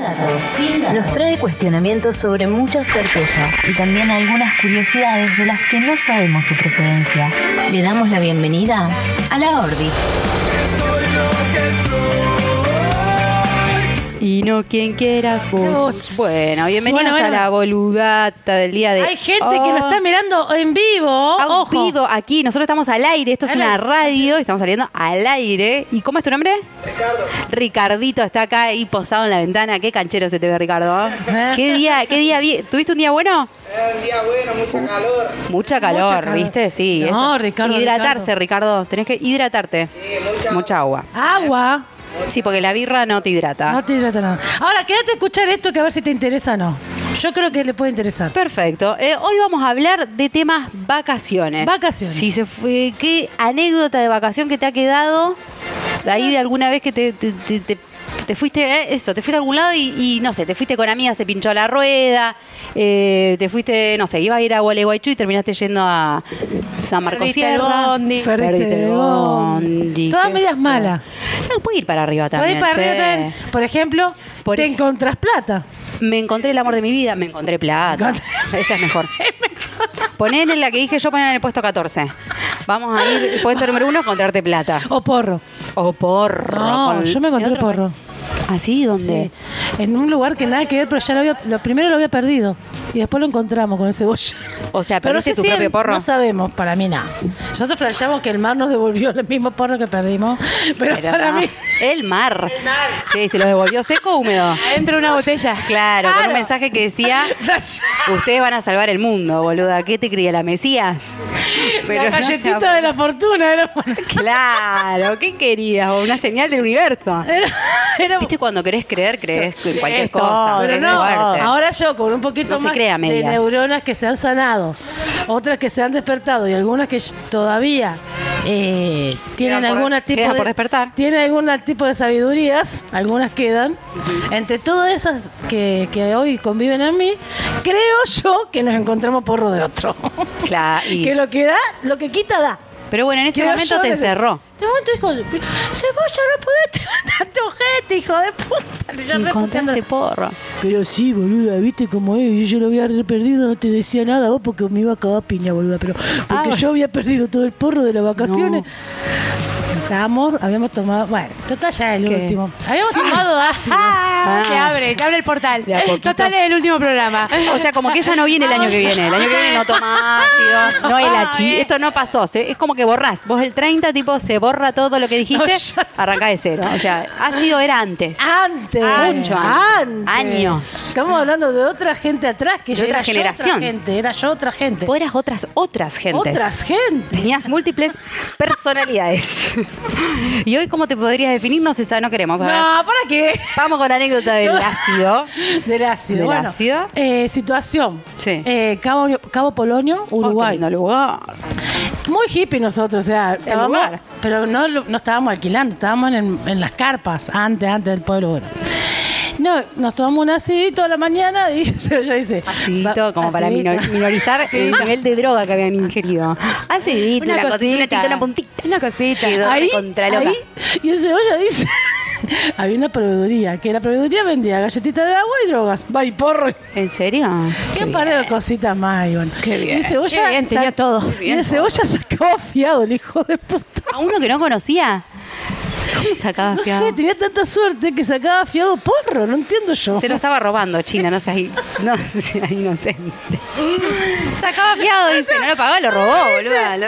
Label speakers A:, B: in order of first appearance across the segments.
A: datos, sin datos. Nos trae cuestionamientos sobre muchas certezas y también algunas curiosidades de las que no sabemos su procedencia. Le damos la bienvenida a la Ordi.
B: Y no quien quieras vos. Bueno, bienvenidos
C: Bueno, bueno.
B: a la boludata del día de
C: Hay gente que
B: Oh,
C: nos está mirando en vivo.
B: ha
C: Ojo.
B: hundido aquí, nosotros estamos al aire, esto es
C: Al
B: una
C: aire.
B: radio, estamos saliendo al aire. ¿Y cómo es tu nombre? Ricardo. Ricardito está acá ahí posado en la ventana. Qué canchero se te ve, Ricardo. ¿eh?
C: Eh.
B: ¿Qué día, qué día vi- ¿Tuviste un día bueno? Uh.
D: Era Eh, un día bueno, mucho calor.
B: Mucha calor, ¿viste? Sí.
C: No, Ricardo,
B: Hidratarse, Ricardo. Tenés que hidratarte.
D: Sí, mucha-
B: Mucha agua.
C: Agua.
B: Sí, porque la birra no te hidrata.
C: No te hidrata nada. Ahora, quédate a escuchar esto que a ver si te interesa o no. Yo creo que le puede interesar.
B: Perfecto. Eh, hoy vamos a hablar de temas vacaciones.
C: Vacaciones.
B: Si se fue, ¿Qué anécdota de vacación que te ha quedado de ahí de alguna vez que te, te- te- te- te fuiste, eh, eso, te fuiste a algún lado y, y, no sé, te fuiste con amigas, se pinchó la rueda, eh, te fuiste, no sé, ibas a ir a Gualeguaychú y terminaste yendo a San Marcos
E: Perdiste el
B: Fierro.
E: bondi.
C: Perdiste el bondi. Todas
B: Qué
C: medias
B: feo.
C: malas.
B: No, puede ir para arriba
C: Por
B: también.
C: ahí para
B: che.
C: arriba también. Por ejemplo,
B: Por
C: te
B: ej-
C: encontrás plata.
B: Me encontré el amor de mi vida, me encontré plata. Esa es mejor. Poner en la que dije yo, poner en el puesto 14. Vamos a ir, puesto número uno, encontrarte plata.
C: O porro.
B: O porro.
C: No,
B: con-
C: yo me encontré
B: otro-
C: porro.
B: ¿Ah, sí? ¿Dónde?
C: Sí. En un lugar que nada que ver, pero ya lo había, lo primero lo había perdido. Y después lo encontramos con el cebolla.
B: O sea,
C: Pero no
B: ¿perdiste
C: sé
B: tu
C: si en-
B: propio porro?
C: No sabemos, para mí nada. Nosotros flasheamos que el mar nos devolvió el mismo porro que perdimos. Pero,
B: Pero
C: para
B: no.
C: mí.
B: El mar. Sí, ¿se lo devolvió seco o húmedo?
E: Adentro una botella.
B: Claro, con un mensaje que decía, ustedes van a salvar el mundo, boluda. ¿Qué te cría la Mesías?
C: la
B: no se
C: galletita de la fortuna era,
B: Claro, ¿qué querías? O Una señal del universo.
C: era, era-
B: ¿Viste cuando querés creer, crees en cualquier
E: es
B: cosa?
E: todo,
B: crees
C: pero no,
B: fuerte.
C: ahora yo con un poquito
B: No se
C: más
B: crea a
C: de
B: medias.
C: neuronas que se han sanado, otras que se han despertado y algunas que todavía eh, tienen
B: Quedan por-
C: alguna tipo
B: quedan
C: de,
B: por despertar.
C: tienen algún tipo de sabidurías, algunas quedan. Entre todas esas que, que hoy conviven en mí, creo yo que nos encontramos porro de otro.
B: Claro, y-
C: que lo que da, lo que quita da.
B: Pero bueno, en ese
C: Creo
B: momento
C: yo
B: te
C: que-
B: encerró.
C: En ese momento dijo, cebolla, no podés tener tanto ojete, hijo de puta. Y yo reputeando.
B: Encontraste porro.
F: Pero sí, boluda, viste cómo es. Yo, yo lo había re perdido, no te decía nada vos porque me iba a cagar piña, boluda. Pero porque
B: Ah, bueno.
F: yo había perdido todo el porro de las vacaciones.
C: Estábamos, habíamos tomado, bueno, total ya es el
B: ¿Qué?
C: último. Habíamos tomado ácido.
E: Ah,
B: Ah.
E: Se abre, se abre el portal.
B: De a poquito.
E: Total es el último programa.
B: O sea, como que ella no viene el año que viene. El año que viene no toma ácido, no el hachi. Esto no pasó. se- es como que borrás. Vos el 30, tipo, se borra todo lo que dijiste, arrancá de cero. O sea, ácido era antes.
C: Antes,
B: Mucho antes.
C: antes.
B: Años.
C: Estamos hablando de otra gente atrás que
B: De
C: yo
B: otra
C: era yo
B: generación.
C: otra gente, era yo otra gente.
B: Vos eras otras, otras gentes.
C: Otras gente.
B: Tenías múltiples personalidades. y hoy, ¿cómo te podrías definir? No se sabe, no queremos.
C: No,
B: A ver.
C: ¿para qué?
B: Vamos con la anécdota del ácido.
C: Del ácido.
B: Del
C: bueno.
B: ácido.
C: Eh, situación.
B: Sí.
C: Eh, Cabo, Cabo Polonio, Uruguay.
B: Oh, qué lindo lugar.
C: Muy hippie nosotros, o sea, estábamos-
B: lugar.
C: pero no, lo- no estábamos alquilando, estábamos en, en las carpas, antes, antes del pueblo. bueno. No, nos tomamos un acidito a la mañana y ella dice...
B: Acidito,
C: va-
B: como para
C: acidito.
B: minor- minorizar el nivel de droga que habían ingerido. Ah, Acidito, una, cosita, una chiquita, una puntita.
E: Una cosita.
B: Quedó
C: Ahí,
B: recontra loca.
C: ahí, y el cebolla dice... Había una proveeduría, que la proveeduría vendía galletitas de agua y drogas. Va y porro.
B: ¿En serio?
C: Qué un par de cositas más, Iván.
B: Qué bien.
C: Y el cebolla...
E: Qué bien,
C: sac-
E: tenía todo. Qué
C: y el cebolla sacaba fiado, el hijo de puta.
B: ¿A uno que no conocía? ¿Cómo sacaba
C: No
B: fiado?
C: sé, tenía tanta suerte que sacaba fiado porro, no entiendo yo.
B: Se lo estaba robando, China, no seas, no seas inocente. Sacaba fiado, dice, no lo pagó, lo robó, boluda. Lo-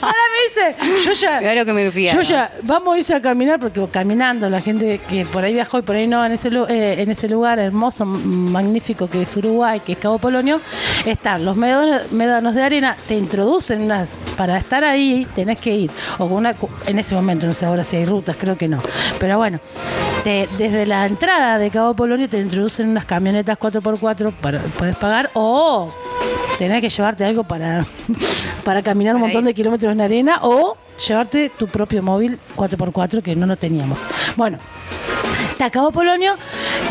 C: Ahora me dice, yo ya.
B: Mirá lo que me fiaron.
C: Yo ya, vamos a irse a caminar, porque caminando, la gente que por ahí viajó y por ahí no, en ese, lu- eh, en ese lugar hermoso, m- magnífico que es Uruguay, que es Cabo Polonio, están los médanos, médanos de arena, te introducen unas. Para estar ahí tenés que ir. O con una, cu- en ese momento, no sé ahora si hay rutas, creo que no. Pero bueno, te- desde la entrada de Cabo Polonio te introducen unas camionetas 4x4 para puedes pagar o tenés que llevarte algo para, para caminar un
B: Para
C: montón
B: ir.
C: de kilómetros en arena o llevarte tu propio móvil 4x4 que no lo teníamos. Bueno, está Cabo Polonio,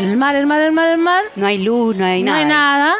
C: el mar, el mar, el mar, el mar,
B: No hay luz, no hay
C: no
B: nada.
C: hay nada.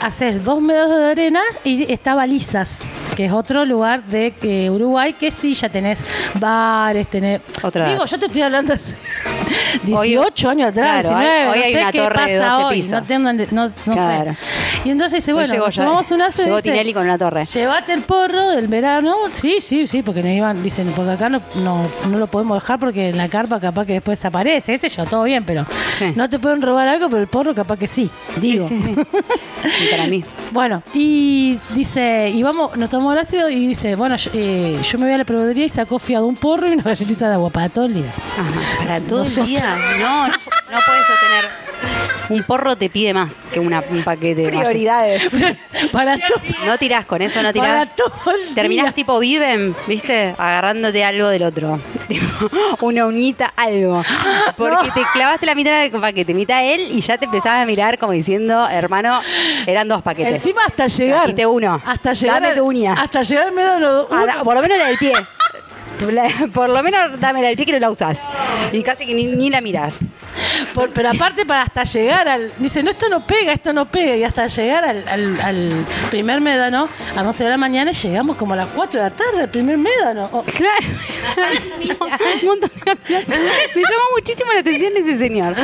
C: Haces dos metros de arena y está Balizas, que es otro lugar de eh, Uruguay que sí ya tenés bares, tenés.
B: Otra
C: Digo,
B: edad.
C: yo te estoy hablando así.
B: Hoy-
C: 18 años atrás,
B: Claro, hoy-
C: 19,
B: hoy
C: no
B: hay
C: sé
B: una
C: qué
B: torre de
C: pasa
B: 12
C: hoy,
B: pisos.
C: no tengo- no- no sé.
B: Claro.
C: Y entonces dice,
B: Hoy
C: bueno,
B: llegó ya,
C: tomamos un aso y
B: llegó
C: dice,
B: Tinelli con una torre.
C: Llévate el porro del verano. Sí, sí, sí, porque no iban, dicen, porque acá no, no, no lo podemos dejar porque en la carpa capaz que después aparece, ese yo, todo bien, pero
B: Sí.
C: no te pueden robar algo, pero el porro capaz que sí, digo.
B: Sí, sí, sí. Y para mí.
C: Bueno, y dice, y vamos, nos tomó el ácido y dice, bueno, yo, eh, yo me voy a la proveeduría y sacó fiado un porro y una galletita de agua para todo el día.
B: Ah, para todo
C: Nosotros.
B: el día. No, no, no puedes sostener. Un porro te pide más que una, un paquete. de galletas.
G: Prioridades.
C: para todo.
B: No tirás con eso, no tirás.
C: Para todo el
B: Terminás
C: día.
B: tipo viven, ¿viste? Agarrándote algo del otro. Tipo, una uñita, algo. Porque te clavaste la mitad del paquete, mitad él, y ya te empezabas a mirar como diciendo, hermano, eran dos paquetes.
C: Encima hasta llegar.
B: Trajiste uno.
C: Hasta llegar.
B: Dame tu uña.
C: Hasta llegar me da lo-
B: Ah, da- por lo menos la del pie. La- Por lo menos dame la del pie que no la usás. Y casi que ni, ni la mirás.
C: Por- pero aparte para hasta llegar al... Dice, no, esto no pega, esto no pega. Y hasta llegar al, al- al primer médano, a 11 de la mañana, llegamos como a las 4 de la tarde al primer médano. Oh, O-
B: Claro. No, un montón de plata. Me llamó muchísimo la atención ese señor.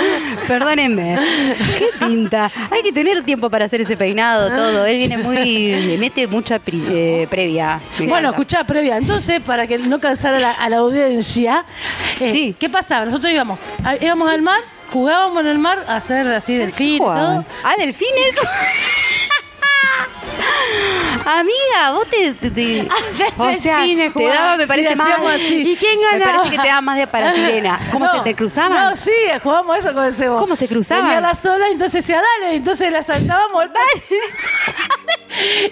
B: Perdónenme. Qué pinta. Hay que tener tiempo para hacer ese peinado, todo. Él viene muy. Le mete mucha pri- eh, previa. Me encanta.
C: bueno, escuchá, previa. Entonces, para que no cansara la- a la audiencia, eh,
B: Sí.
C: ¿qué pasaba? Nosotros íbamos, a- íbamos al mar, jugábamos en el mar a hacer así delfín y todo.
B: Juan. Ah, delfines. Amiga, vos te. te- te-
H: Hacer
B: o sea,
H: delfines,
B: te
H: Juan.
B: daba, me
H: Sí,
B: parece más.
H: hacíamos así. ¿Y quién
B: Me
H: ganaba?
B: parece que te daba más de para sirena. ¿Cómo
C: No,
B: se te cruzaban?
C: No, sí, jugábamos eso con el cebo.
B: ¿Cómo se cruzaban?
C: Venía la sola, entonces decía, dale, entonces la saltábamos, dale.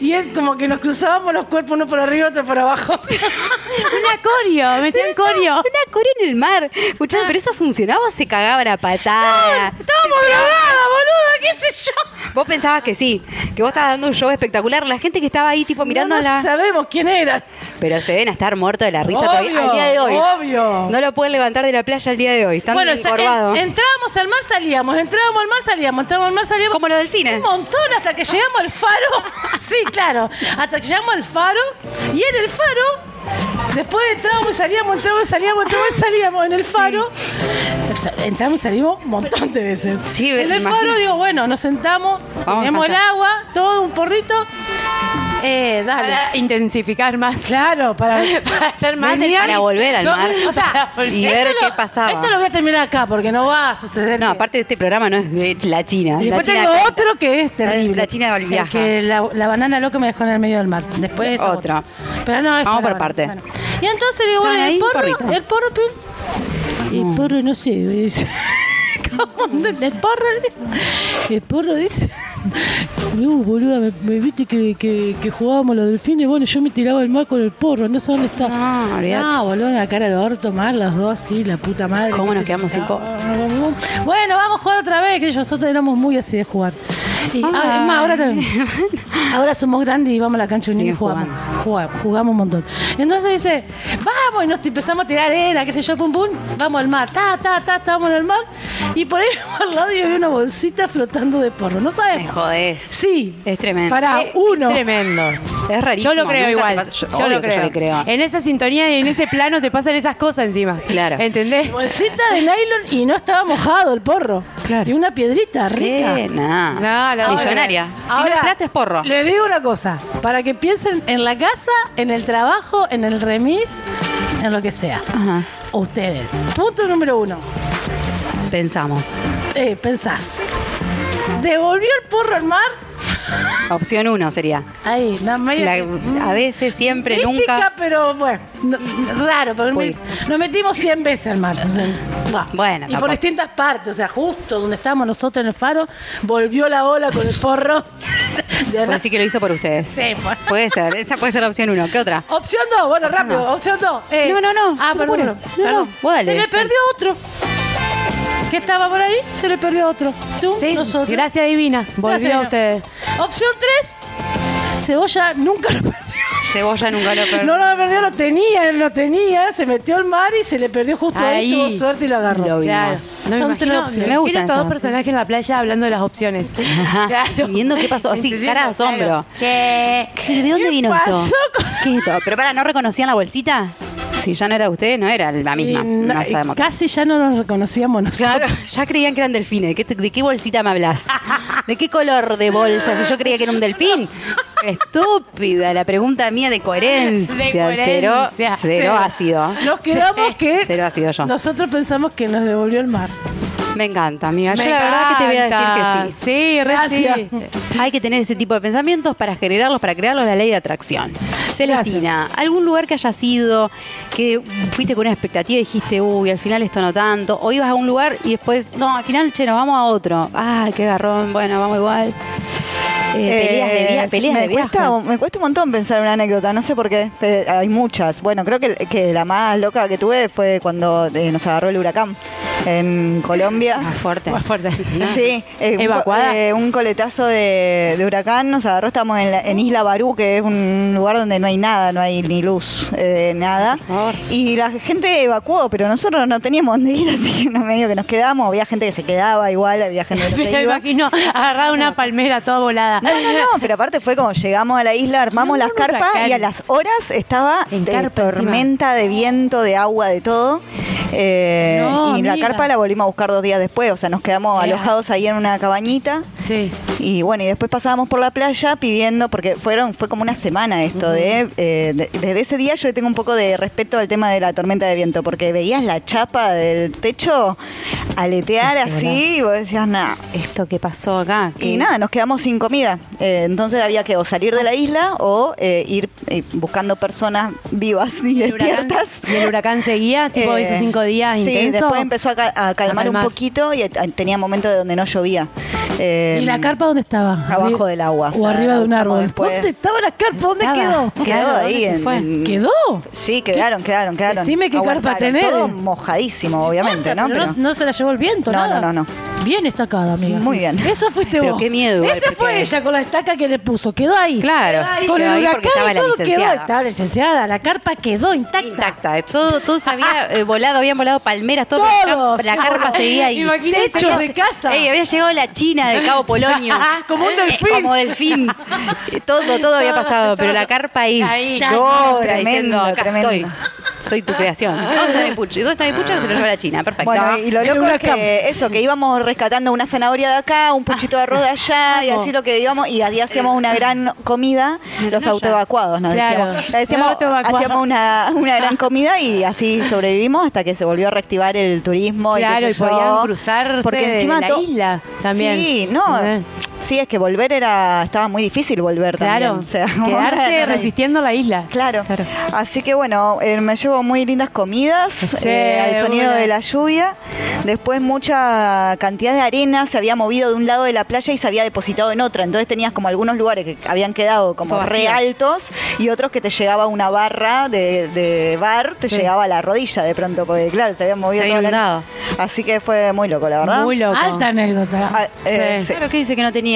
C: y es como que nos cruzábamos los cuerpos uno por arriba, otro por abajo.
H: Una corio, metían corio.
B: Una core en el mar. Escuchame, pero eso funcionaba o se cagaban a patada.
H: Estábamos drogadas, boluda, qué sé yo.
B: Vos pensabas que sí, que vos estabas dando un show espectacular. La gente que estaba ahí, tipo,
C: no nos
B: mirándola.
C: sabemos quién era.
B: pero se deben a estar muertos de la risa todavía
C: Obvio,
B: al día de hoy.
C: obvio.
B: No lo pueden levantar de la playa al día de hoy. Están
C: Bueno, o sea, en-
B: encorvados.
C: entrábamos al mar, salíamos, entrábamos al mar, salíamos, entrábamos al mar, salíamos.
B: Como los delfines.
C: Un montón hasta que llegamos al faro. Sí, claro. Hasta que llegamos al faro. Y en el faro, después entrábamos, salíamos, entrábamos, salíamos, entrábamos, salíamos. En el faro, o sea, entramos y salimos un montón de veces.
B: Sí,
C: en
B: me
C: el
B: imagino.
C: faro, digo, bueno, nos sentamos,
B: Vamos,
C: tenemos el
B: pasa.
C: agua, todo un porrito. Eh, dale.
H: Para intensificar más.
C: Claro, para.
H: Para hacer más
C: Venían-
H: delfines.
B: Para volver al
H: No,
B: mar.
H: O sea,
B: y
H: volver.
B: ver
C: Esto
B: qué
C: lo-
B: pasaba.
C: Esto lo voy a terminar acá porque no va a suceder.
B: No,
C: que-
B: aparte de este programa no es de la China.
C: Y
B: la
C: después
B: China
C: tengo
B: cuenta.
C: otro que es terrible.
B: La China del viaje.
C: Que la, la banana loca me dejó en el medio del mar. Después esa
B: Otra.
C: otra. Pero no, es
B: Vamos
C: la
B: por
C: banana.
B: parte.
C: Bueno. Y entonces digo,
B: Estaban
C: bueno,
B: ahí,
C: el porro,
B: porrito. Mm.
C: el porro, pim. El porro no sé, dice. ¿Cómo? El porro, dice- el porro dice, uh, boluda, me, me viste que, que, que jugábamos los delfines, bueno, yo me tiraba al mar con el porro, no sé dónde está.
B: No, olvidate.
C: Ah, boludo, una cara de orto mal, las dos, sí, la puta madre.
B: ¿Cómo
C: qué
B: nos
C: sé yo.
B: quedamos sin porro?
C: Bueno, vamos a jugar otra vez, que nosotros éramos muy así de jugar. Y, ah, es más, ahora también. Ahora somos grandes y vamos a la cancha unión y
B: Siguen
C: jugamos. Jugamos, jugamos un montón. Entonces dice, vamos, y nos empezamos a tirar arena, qué sé yo, pum pum, vamos al mar, ta, ta, ta, estábamos en el mar, y por ahí al lado yo vi una bolsita flotando de porro, no
B: Me
C: sabemos.
B: jodés.
C: Sí.
B: Es tremendo.
C: Para uno.
H: Tremendo.
B: Es rarísimo.
H: Yo lo creo
B: nunca te
H: igual.
B: pasa-
H: Yo,
B: obvio
H: lo
B: que yo
H: creo.
B: le creo.
H: En esa sintonía y en ese plano te pasan esas cosas encima.
B: Claro.
H: ¿Entendés?
C: Bolsita de nylon y no estaba mojado el porro.
B: Claro.
C: Y una piedrita rica.
B: ¿Qué? Nah.
H: No, la-
B: Millonaria. si no
C: Ahora,
B: es plata es porro.
C: Les digo una cosa, para que piensen en la casa, en el trabajo, en el remis, en lo que sea.
B: Ajá.
C: Ustedes. Punto número uno.
B: Pensamos.
C: Eh, pensar. ¿Devolvió el porro al mar?
B: Opción uno sería.
C: Ahí, nada más.
B: La- a veces, siempre,
C: mm, Mística,
B: nunca.
C: pero bueno, no- raro, pero
B: Uy.
C: me- nos metimos 100 veces al mar. o sea, bah.
B: Bueno,
C: y por
B: tampoco.
C: distintas partes, o sea, justo donde estábamos nosotros en el faro, volvió la ola con el porro. de
B: Pues Así que lo hizo por ustedes.
C: Sí, pues. bueno.
B: Puede ser, esa puede ser la opción uno. ¿Qué otra?
C: Opción 2, bueno, rápido,
B: no.
C: opción 2. eh.
B: No, no, no,
C: Ah,
B: no,
C: perdón.
B: bueno, no,
C: perdón.
B: no, vos dale.
C: Se le perdió otro. Que estaba por ahí, se le perdió otro. Tú,
H: Sí,
C: nosotros.
H: gracias divina. Volvió
C: Gracias,
H: a ustedes.
C: Opción 3, cebolla nunca lo perdió.
B: Cebolla nunca lo perdió.
C: No lo perdió, lo tenía, lo tenía, se metió al mar y se le perdió justo ahí,
H: Ahí.
C: tuvo suerte y lo agarró.
B: Lo vi.
H: Claro. No
C: Son
H: me
C: tres
H: imagino,
C: opciones.
H: me
B: Me gustan
H: imagino estos
B: esas
H: dos personajes en la playa hablando de las opciones.
B: Ajá. Viendo qué pasó, así,
H: ¿Entendés?
B: cara de asombro.
H: Claro. ¿Qué?
B: ¿De dónde vino
C: pasó
B: esto?
C: con-
B: ¿Qué es esto? Pero para, ¿no reconocían la bolsita? Si ya no era ustedes, no era la misma.
C: Y na-
B: masa de moca.
C: casi ya no nos reconocíamos nosotros.
B: Claro, ya creían que eran delfines. ¿De qué, te- de qué bolsita me hablas? ¿De qué color de bolsa? Si yo creía que era un delfín. Estúpida la pregunta mía de coherencia.
H: De coherencia.
B: Cero,
H: Cero.
B: cero ácido.
C: Nos quedamos que
B: Cero ácido yo.
C: nosotros pensamos que nos devolvió el mar.
B: Me encanta, amiga. Yo la verdad que te voy a decir que sí.
H: Sí, re
C: Gracias.
H: sí.
B: Hay que tener ese tipo de pensamientos para generarlos, para crearlos la ley de atracción. Celestina, ¿algún lugar que hayas ido que fuiste con una expectativa y dijiste, uy, al final esto no tanto? O ibas a un lugar y después, no, al final, che, nos vamos a otro. Ah, qué garrón, bueno, vamos igual. Eh, peleas de, via-
G: Eh,
B: peleas
G: me
B: de viaje.
G: Cuesta, me cuesta un montón pensar una anécdota, no sé por qué. pe- hay muchas. Bueno, creo que, que la más loca que tuve fue cuando eh, nos agarró el huracán en Colombia.
B: Más fuerte.
H: Más fuerte.
G: Sí, eh, un co-
H: Evacuada.
G: eh, un coletazo de, de huracán nos agarró, estamos en, la- en Isla Barú, que es un lugar donde no hay nada, no hay ni luz, eh, nada. Y la gente evacuó, pero nosotros no teníamos dónde ir, así que no medio que nos quedamos, había gente que se quedaba igual, había gente que no
H: Me
G: se
H: ya me
G: iba.
H: imagino agarrada una palmera toda volada.
G: No, no, no, pero aparte fue como llegamos a la isla, armamos
H: No,
G: las
H: no,
G: carpas
H: huracán.
G: y a las horas estaba
H: En
G: de
H: carpa encima.
G: tormenta, de viento, de agua, de todo. Eh,
C: No,
G: y la
C: amiga.
G: carpa la volvimos a buscar dos días después, o sea, nos quedamos
H: Era.
G: alojados ahí en una cabañita.
H: Sí.
G: Y bueno, y después pasábamos por la playa pidiendo, porque fueron fue como una semana esto de, eh, de- Desde ese día yo le tengo un poco de respeto al tema de la tormenta de viento, porque veías la chapa del techo aletear así y vos decías, nada.
B: Esto que pasó acá.
G: Y
B: que-
G: nada, nos quedamos sin comida. Eh, entonces había que o salir de la isla o eh, ir eh, buscando personas vivas y
H: El huracán,
G: despiertas.
H: y el huracán seguía, tipo
G: Eh,
H: esos cinco días
G: sí,
H: intensos.
G: después empezó a, ca- a calmar un
H: calmar.
G: poquito y eh, tenía momentos de donde no llovía. Eh,
C: ¿Y la carpa dónde estaba?
G: Abajo del agua, o
C: O
G: sea,
C: arriba de un
G: como
C: árbol.
G: después.
C: ¿Dónde estaba la carpa? ¿Dónde
B: Estaba.
C: quedó?
G: Quedó
B: Claro,
G: ahí
B: ¿dónde se
G: en-
B: fue?
G: en-
C: ¿Quedó?
G: Sí, quedaron, quedaron, quedaron.
C: Decime qué carpa
G: Aguantaron.
C: tenés.
G: Todo mojadísimo, obviamente, ¿no?
C: Corta, pero
G: Pero-
C: no, no se la llevó el viento,
G: No,
C: nada.
G: no, no,
C: Bien estacada, amiga.
G: Muy bien.
C: Eso fuiste
B: Pero
C: vos.
B: qué miedo, igual,
C: Esa fue
B: porque-
C: ella con la estaca que le puso. Quedó ahí.
B: Claro.
C: Quedó ahí.
B: Quedó
C: Con el
B: ahí porque
C: huracán
B: estaba
C: y
B: la
C: todo
B: licenciada.
C: quedó. Estaba la licenciada. La carpa quedó intacta.
B: Intacta. Todo, todo se había eh, volado, habían volado palmeras, todo.
C: Todos.
B: pero La carpa seguía ahí.
H: Imagínate.
C: Techos de casa.
B: Ey, había llegado la China de Cabo Polonio.
C: Como un
B: Eh,
C: delfín.
B: Como delfín. Eh, Todo, todo había pasado, pero la carpa ahí.
H: Ahí.
B: Llora, diciendo,
G: Tremendo,
B: acá
G: tremendo.
B: estoy. Soy tu creación. ¿Dónde está mi pucho? ¿Y ¿Dónde está mi pucho? Se lo lleva la China. Perfecto. Ah,
G: Bueno, y lo
C: El
G: loco es
C: huracán.
G: que eso, que íbamos rescatando una zanahoria de acá, un puchito de arroz de allá, y así lo que íbamos, y así hacíamos una gran comida, los autoevacuados, nos
H: Claro,
G: decíamos. La decíamos,
H: autoevacuados.
G: hacíamos una, una gran comida y así sobrevivimos hasta que se volvió a reactivar el turismo. y
H: Claro,
G: qué
H: y
G: sé
H: podían
G: yo.
H: cruzarse de la
G: to-
H: isla también.
G: Sí, no.
H: Eh.
G: Sí, es que volver era, estaba muy difícil volver
H: Claro.
G: también. o sea,
H: Quedarse resistiendo la isla.
G: Claro. Así que bueno, eh, me llevo muy lindas comidas,
H: Sí,
G: eh, al sonido
H: buena.
G: de la lluvia. Después mucha cantidad de arena se había movido de un lado de la playa y se había depositado en otra. Entonces tenías como algunos lugares que habían quedado como
B: Todo
G: re
B: vacío.
G: altos y otros que te llegaba una barra de, de bar, te llegaba a la rodilla de pronto, porque claro, se habían movido
B: Se había
G: toda la-
B: inundado.
G: Así que fue muy loco, la verdad.
H: Muy loco.
C: Alta anécdota.
G: Ah, eh,
H: Sí.
G: sí.
B: Claro, ¿qué dice que no tenía?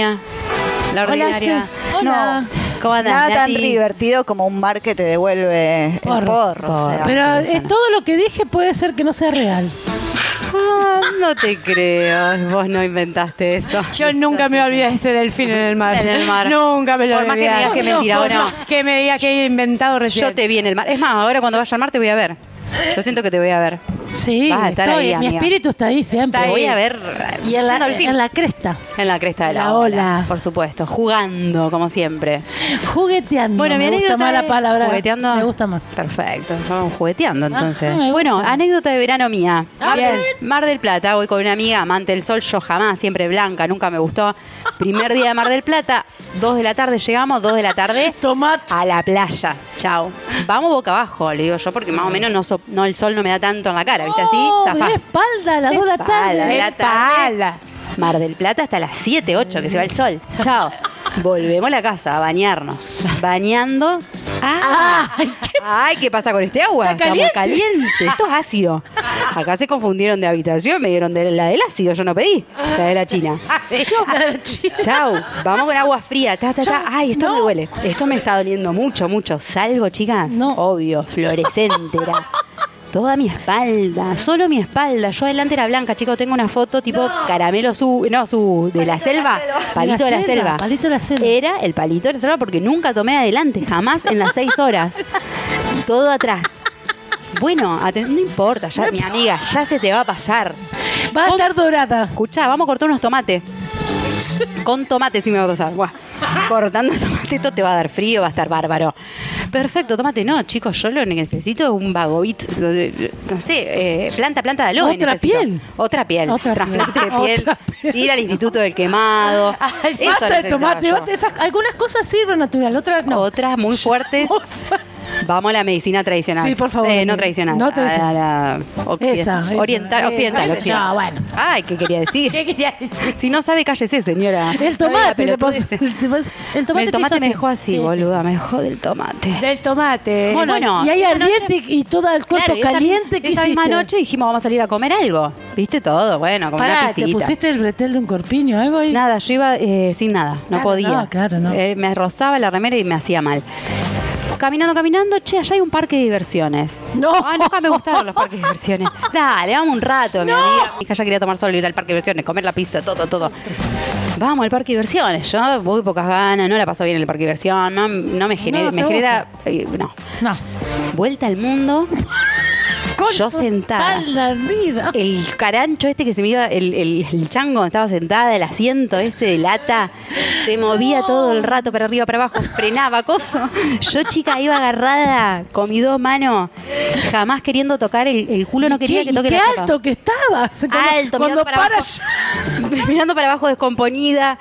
B: La
H: Hola,
B: ordinaria.
G: No,
C: Hola.
B: ¿Cómo andas,
G: Nada tan
B: Nati?
G: divertido como un mar que te devuelve el
C: Porro.
G: porro. o sea.
C: Pero eh, todo lo que dije puede ser que no sea real.
B: Ah, no te creo. Vos no inventaste eso.
H: Yo nunca me voy a olvidar de ese delfín en el mar.
B: En el mar.
H: Nunca me lo
B: Por
H: voy
B: más
H: a
B: que me
H: olvidar.
B: digas que es mentira,
H: Por
B: ¿o no?
H: más que me digas que he inventado recién.
B: Yo te vi en el mar. Es más, ahora cuando vaya al mar te voy a ver. Yo siento que te voy a ver.
C: Sí,
B: Vas a estar
C: estoy-
B: ahí,
C: mi
B: amiga.
C: espíritu está ahí siempre.
B: Te voy a ver
C: Y en la,
B: haciendo el fin.
C: en la cresta,
B: En la cresta de la,
C: La
B: ola.
C: ola.
B: Por supuesto, jugando como siempre.
C: jugueteando.
B: Bueno, mi
C: me gusta
B: anécdota
C: más la
B: es-
C: palabra.
B: ¿Jugueteando?
C: Me gusta más. Ah,
B: Perfecto, vamos jugueteando entonces.
C: me gusta.
B: bueno, anécdota de verano mía.
C: Ah,
B: Bien.
C: bien.
B: Mar del Plata, voy con una amiga, amante del sol, yo jamás, siempre blanca, nunca me gustó. Primer día de Mar del Plata, dos de la tarde llegamos, dos de la tarde.
C: Tomate.
B: A la playa, chao. Vamos boca abajo, le digo yo, porque más o menos no, so- no el sol no me da tanto en la cara, ¿viste? Así,
C: Oh, me
B: zafás.
C: da espalda a las dos de la
B: Espalda,
C: tarde.
B: la tarde. Mar del Plata hasta las 7, 8, que se va el sol. Chao. Volvemos a la casa a bañarnos. Bañando. ¡Ah! ¡Ay! ¿Qué pasa con este agua?
C: Está
B: muy caliente. Esto es ácido. Acá se confundieron de habitación, me dieron de la del ácido, yo no pedí. La de la China. Chau, vamos con agua fría. Ta, ta, ta. Ay, esto me duele. Esto me está doliendo mucho, mucho. Salgo, chicas.
C: No.
B: Obvio, fluorescente era. Toda mi espalda, solo mi espalda. Yo adelante era blanca, chicos. Tengo una foto tipo caramelo su, no, su, de la selva. Palito de la selva. Eh,
C: Palito de la selva.
B: Era el palito de la selva porque nunca tomé adelante, jamás en las seis horas. Todo atrás. Bueno, aten- no importa, ya, mi amiga, ya se te va a pasar.
C: Va a
B: Vos-
C: estar dorada.
B: Escuchá, vamos a cortar unos tomates. Con tomate sí me va a pasar. Buah. Cortando tomate, esto te va a dar frío, va a estar bárbaro. Perfecto, tomate. No, chicos, yo lo que necesito es un bagovit, no sé, eh, planta, planta de aloe.
C: Otra
B: necesito.
C: piel.
B: Otra piel.
C: Otra
B: Trasplante
C: piel.
B: de piel.
C: Otra piel.
B: Ir al Instituto del Quemado.
C: Ay,
B: Eso
C: basta de
B: necesitaba
C: tomate,
B: yo.
C: basta de esas- algunas cosas sirven natural, otras no.
B: Otras muy fuertes. Vamos a la medicina tradicional.
C: Sí, por favor.
B: Eh, no tradicional.
C: No
B: a-
C: tradicional.
B: A, la occiden-
C: Esa, esa,
B: oriental.
C: esa.
B: occidental,
C: No,
B: occidental.
C: bueno.
B: Ay, ¿qué quería decir?
H: ¿Qué quería decir?
B: Si no sabe, cállese, señora.
C: El
B: Ay, la
C: tomate, le
B: pelotudez.
C: pasó- el tomate, el tomate
B: el
C: te hizo
B: tomate me dejó así,
C: Sí, sí.
B: boluda. Me dejó del tomate.
H: Del tomate.
B: Bueno,
C: y ahí
B: esa
C: ardiente
B: noche-
C: y todo el cuerpo
B: Claro, y esa-
C: caliente que
B: Esa misma
C: hiciste.
B: noche dijimos, vamos a salir a comer algo. ¿Viste todo? Bueno, como una
C: Pará, ¿te
B: pisita.
C: pusiste el bretel de un corpiño algo ahí?
B: Nada, yo iba eh, sin nada, no
C: Claro,
B: podía.
C: no, claro, no.
B: Eh, me rozaba la remera y me hacía mal. Caminando, caminando, che, allá hay un parque de diversiones.
C: No.
B: Ah, nunca me gustaron los parques de diversiones. Dale, vamos un rato, mi amiga. Mi hija ya quería tomar sol, ir al parque de diversiones, comer la pizza, todo, todo. Vamos al parque de diversiones. Yo muy pocas ganas, no la paso bien en el parque de diversión, no, no me genera.
C: No,
B: me
C: te
B: genera. eh, no.
C: No.
B: Vuelta al mundo. yo sentada.
C: Espalda ardida.
B: El carancho este que se me iba, el, el- el chango, estaba sentada, el asiento ese de lata, se movía todo el rato para arriba, para abajo, frenaba, coso. Yo, chica, iba agarrada con mis dos manos, jamás queriendo tocar el, el culo, no
C: ¿Y
B: quería
C: qué,
B: que toque
C: y qué
B: la
C: alto
B: tapa.
C: que estabas. Cuando,
B: Alto,
C: cuando
B: mirando para
C: paras.
B: abajo. Mirando para abajo descomponida.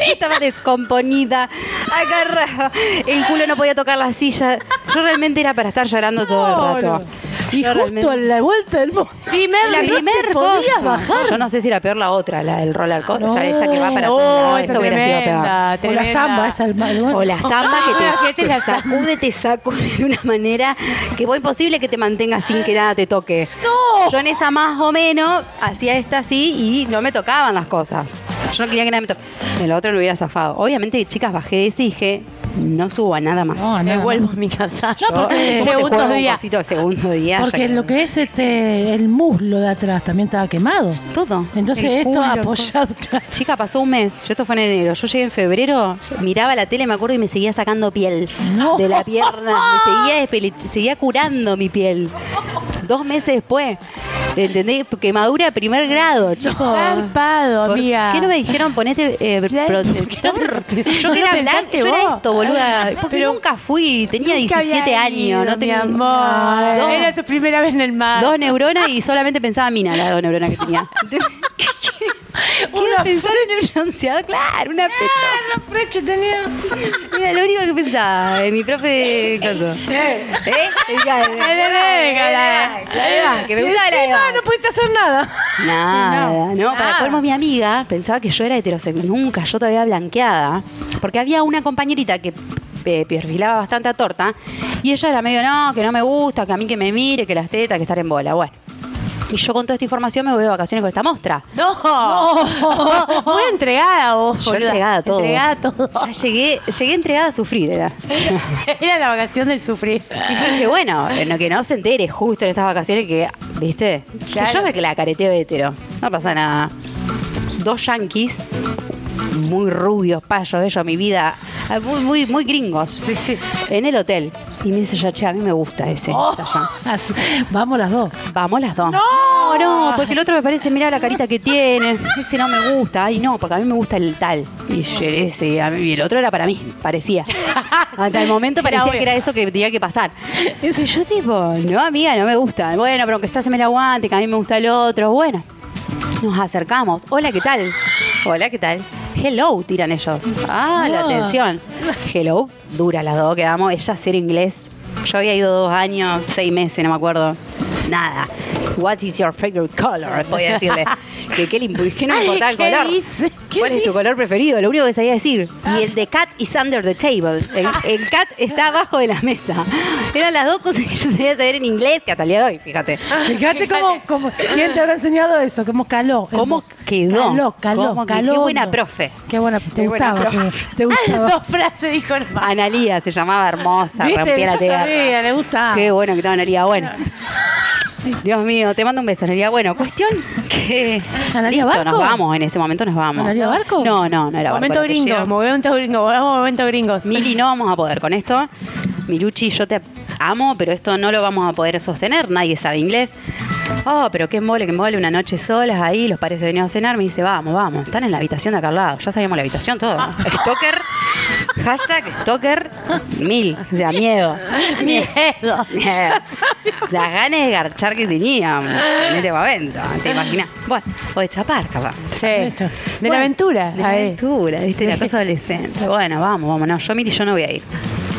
B: Estaba descomponida. Agarraba. El culo no podía tocar la silla. Yo realmente era para estar llorando todo el rato.
C: Y
B: Yo
C: justo
B: realmente-
C: a la vuelta del mundo.
B: la
C: no te
B: primer
C: podías
B: cosa.
C: bajar.
B: Yo no sé si era peor la otra, la del roller coaster, esa- esa que va para
H: Oh,
B: todos lados,
H: esa
B: esa hubiera sido peor.
H: tremenda,
C: O la
H: tremenda.
C: zamba, esa al mar.
B: O la samba
H: Ah,
B: que
H: que
B: te,
H: te la
B: te sacude, te sacude de una manera que fue imposible que te mantenga sin que nada te toque.
C: No.
B: Yo en esa más o menos hacía esta así y no me tocaban las cosas. Yo no quería que nada me toque. En la otra lo hubiera zafado. Obviamente, chicas, bajé de ese y dije, no subo a nada más.
C: No,
H: Me
C: no,
H: vuelvo a mi casa. Eh,
C: No, porque-
B: Yo- ¿cómo te
H: Segundo
B: juego un
H: día.
B: cosito de segundo día? Ya
C: Porque
B: que-
C: lo que es este el muslo de atrás también estaba quemado.
B: Todo.
C: Entonces
B: El
C: esto
B: culo,
C: apoyado. claro.
B: Chica, pasó un mes. Yo esto fue en enero. Yo llegué en febrero, miraba la tele, me acuerdo, y me seguía sacando piel
C: No.
B: de la pierna. Me seguía, despele- seguía curando mi piel. Dos meses después. ¿Entendés? Quemadura primer grado, chicos.
H: Zarpado,
B: ¿Por
H: amiga.
B: qué no me dijeron ponete eh,
H: Claro,
B: protector?
H: ¿por qué no?
B: Yo
H: ¿No
B: que
H: lo
B: era blanca,
H: pensaste
B: yo era
H: vos?
B: esto, boluda. Porque nunca fui, tenía
H: Nunca había
B: 17 años.
H: ido,
B: No
H: mi
B: tenía
H: amor.
B: Dos-
H: Era su primera vez en el mar.
B: dos neuronas y solamente pensaba en mina, las dos neuronas que tenía. una pensar en el bronceado, claro, una pecho.
C: La flecha tenía.
B: Era lo único que pensaba, en mi propio caso. ¿Eh? Venga, venga, venga, venga, Que me gustaba la
C: Encima
B: Eva.
C: no pudiste hacer nada.
B: Nada, no, para
C: nada.
H: Ah.
B: colmo mi amiga pensaba que yo era heterosexual. Nunca, yo todavía blanqueada. Porque había una compañerita que eh, perfilaba bastante a torta y ella era medio, no, que no me gusta, que a mí que me mire, que las tetas, que estar en bola. Bueno. Y yo con toda esta información me voy de vacaciones con esta mostra.
H: No. Muy entregada vos,
B: Yo
H: boluda.
B: entregada a todo.
H: Entregada a todo.
B: Ya llegué, llegué entregada a sufrir, era.
H: Era la vacación del sufrir.
B: Y yo dije, bueno, no, que no se entere justo en estas vacaciones que, ¿viste?
H: Claro.
B: Que yo me la careteo hetero. No pasa nada. Dos yanquis, muy rubios, payos, ellos, mi vida, ah, muy, muy, muy gringos.
H: Sí, sí.
B: En el hotel. Y me dice, ya, che, a mí me gusta ese. está allá.
C: Así- Vamos las dos.
B: Vamos las dos. No, no, porque el otro me parece, mirá la carita que tiene. Ese no me gusta. Ay, no, porque a mí me gusta el tal. Y yo, ese, a mí- y el otro era para mí, parecía. Hasta el momento
H: Era
B: parecía
H: obvio.
B: que era eso que tenía que pasar. Y yo tipo, no, amiga, no me gusta. Bueno, pero aunque sea se me la aguante, que a mí me gusta el otro. Bueno, nos acercamos. Hola, ¿qué tal? Hola, ¿qué tal? Hello, tiran ellos. Ah, la
C: Ah.
B: atención. Hello, dura las dos, quedamos. Ella ser inglés. Yo había ido dos años, seis meses, no me acuerdo. Nada. What is your favorite color? Voy a decirle. que qué, le impu- que no me importaba el
H: ¿Qué
B: color.
H: dice? ¿Qué
B: ¿Cuál es tu
H: dice? Ah.
B: color preferido? Lo único que sabía decir. Y el de cat is under the table. El, el cat está abajo de la mesa. Eran las dos cosas que yo sabía saber en inglés que hasta el día de hoy, fíjate.
C: Fíjate cómo, cómo- ¿Quién te habrá enseñado eso? ¿Cómo caló? el
B: ¿Cómo
C: mozo.
B: quedó?
C: Caló, caló,
B: ¿Cómo que-
C: caló.
B: qué buena profe.
C: Qué buena, te
B: Qué buena
C: gustaba.
B: profe.
C: sí, Te gustaba.
H: Dos frases dijo nomás.
B: Analía se llamaba hermosa,
C: Viste,
B: rompía la
C: yo
B: tierra.
C: sabía, le gustaba.
B: Qué bueno que estaba Analía. Bueno. Dios mío, te mando un beso, Analia. Bueno, cuestión que.
C: ¿Analía
B: Listo,
C: Barco?
B: nos vamos, en ese momento nos vamos.
C: ¿Analía Barco?
B: No, no, no era Barco.
H: Momento
B: era que
H: gringo,
B: llegamos.
H: momento gringo, vamos momento gringos.
B: Mili, no vamos a poder con esto. Miluchi, yo te amo, pero esto no lo vamos a poder sostener, nadie sabe inglés. Oh, pero qué mole, qué mole, una noche solas ahí, los padres se venían a cenar, me dice, vamos, vamos, están en la habitación de acá al lado, ya sabíamos la habitación, todo. Stalker, hashtag Stalker, mil, o sea, miedo.
H: Miedo.
B: Las ganas de garchar que teníamos en este momento, te imaginas. Bueno, o de chapar, capaz.
H: Sí. De la aventura.
B: De la
H: a ver.
B: aventura, dice la cosa adolescente. Bueno, vamos, vamos. No, yo mire, yo no voy a ir.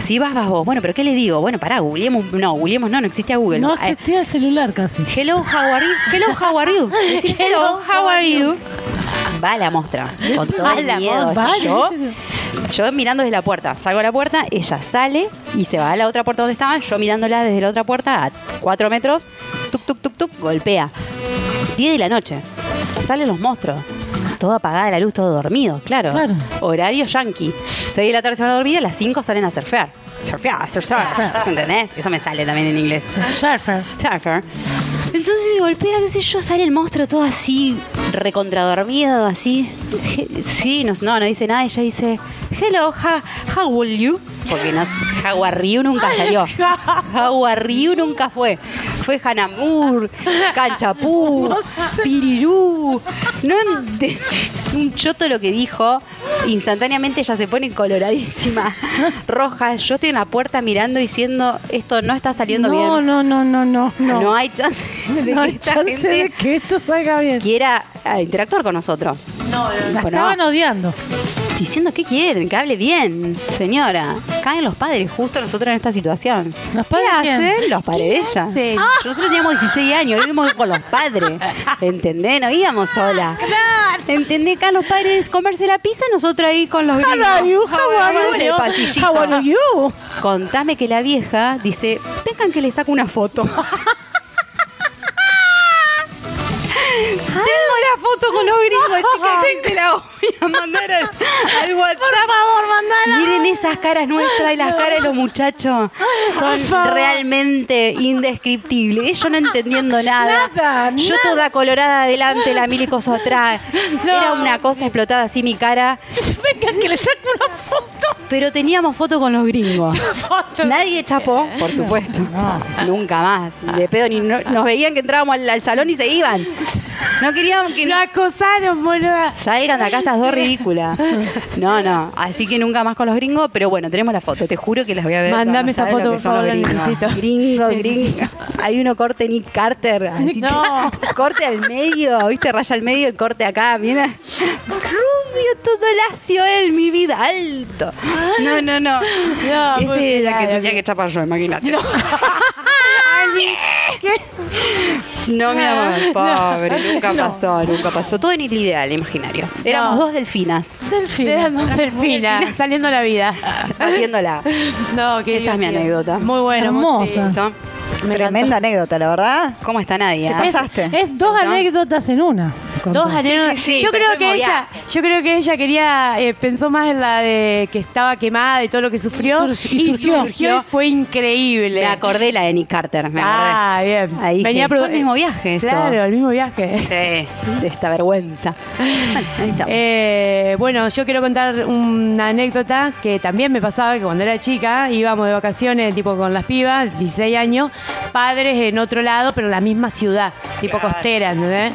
B: Si vas, vas vos. Bueno, pero ¿qué le digo? Bueno, pará, googleemos. No, googleemos no, no existe a Google.
C: No
B: Eh,
C: existía el celular casi.
B: hello, how are you? Hello, how are you? Decir, hello, how are you? Va a la mostra. Con todo
H: Va
B: el
H: la
B: miedo.
H: mostra,
C: Vale,
B: Yo,
C: ese-
B: yo mirando desde la puerta. Salgo a la puerta, ella sale y se va a la otra puerta donde estaban. Yo mirándola desde la otra puerta a cuatro metros. Tuk, tuk, tuk, tuk, golpea. 10 de la noche. Salen los monstruos. Todo apagada la luz, todo dormido, claro.
C: Claro.
B: Horario yankee. 6 de la tarde se van a dormir y a las 5 salen a surfear. Surfear, surfear. ¿Entendés? Eso me sale también en inglés.
C: Surfer.
B: Tucker. Entonces golpea, qué sé yo, sale el monstruo todo así, recontradormido, así. Je- Sí, no, no, no dice nada. Ella dice, hello, ha- how will you? Porque no, how are you nunca salió. How are you nunca fue. Fue Hanamur, Canchapú, Pirirú. No ente- un choto lo que dijo. Instantáneamente ella se pone coloradísima, roja. Yo estoy en la puerta mirando diciendo, esto no está saliendo bien.
C: No, no, no, no, no.
B: No,
C: No,
B: hay chance de
C: No
B: que
C: hay
B: esta
C: chance
B: gente
C: de que esto salga bien.
B: quiera ah, interactuar con nosotros.
C: La
B: Bueno,
C: estaban odiando.
B: Diciendo que quieren, que hable bien, señora. Caen los padres justo nosotros en esta situación.
C: ¿Los padres
B: ¿Qué
C: quién?
B: hacen? Los padres de ella. Ah.
H: hacen?
B: Nosotros teníamos 16 años, íbamos con los padres. ¿Entendés? No íbamos sola. ¿Entendés? Acá los padres comerse la pizza, nosotros ahí con los gringos.
C: How are you? How
B: How
C: are
B: are you? En el
C: you?
B: pasillito.
C: How are you?
B: Contame que la vieja dice, vengan que le saco una foto. Tengo la foto con los gringos, chicas, y se la voy a mandar al, al WhatsApp. Por favor, mandala. Miren esas caras nuestras y las caras de los muchachos. Son realmente indescriptibles. Yo no entendiendo nada.
C: Nada,
B: Yo toda colorada adelante, la milicos atrás. Era una cosa explotada así mi cara.
C: Vengan que le saco una foto.
B: Pero teníamos foto con los gringos.
H: Foto.
B: Nadie chapó, por supuesto. Nunca más. De pedo, ni no- nos veían que entrábamos al, al salón y se iban. No queríamos que
H: Lo acosaron, boluda.
B: salgan de acá estas dos ridículas. No, no. Así que nunca más con los gringos, pero bueno, tenemos la foto. Te juro que las voy a ver.
H: Mándame
B: No, no
H: esa
B: sabes lo
H: foto,
B: que
H: por
B: son los
H: favor, la
B: gringos.
H: necesito.
B: Gringo,
H: Necesito.
B: gringo. Hay uno corte Nick Carter. así
H: No.
B: que- corte al medio, ¿viste? Raya al medio y corte acá, mira. Rubio, todo lacio él, mi vida, alto. No, no, no.
H: No,
B: Ese
H: porque
B: era que
H: nada,
B: tenía que chapar yo, imagínate. No. mi amor, pobre, nunca pasó, nunca pasó. Todo en el ideal imaginario. Éramos
H: No.
B: dos delfinas
H: Eran dos delfinas saliendo a la vida.
B: haciéndola.
H: No, qué
B: Esa es mi
H: divertido.
B: anécdota.
H: Muy buena.
C: Hermosa.
H: muy-
B: ¿Listo?
H: Me
G: Tremenda anécdota, la verdad.
B: ¿Cómo está Nadia?
G: pasa?
C: Es,
G: Pasaste.
C: es dos
B: ¿No?
C: anécdotas en una.
H: Dos
C: Contá.
H: anécdotas.
B: sí, sí,
H: yo
B: pero
H: creo que
B: fuimos
H: ella, yo creo que ella quería, eh, pensó más en la de que estaba quemada y todo lo que sufrió.
C: Y sur- y surgió.
H: y fue increíble.
B: Me acordé la de Nick Carter, me acordé.
H: Ah, bien.
B: Ahí dije,
H: Venía a produ- eh,
B: fue el mismo viaje eso.
H: Claro, el mismo viaje.
B: Sí, de esta vergüenza. Bueno, ahí está.
H: Eh, bueno, yo quiero contar una anécdota que también me pasaba que cuando era chica íbamos de vacaciones, tipo con las pibas, 16 años, padres en otro lado, pero en la misma ciudad, tipo costera, ¿entendés?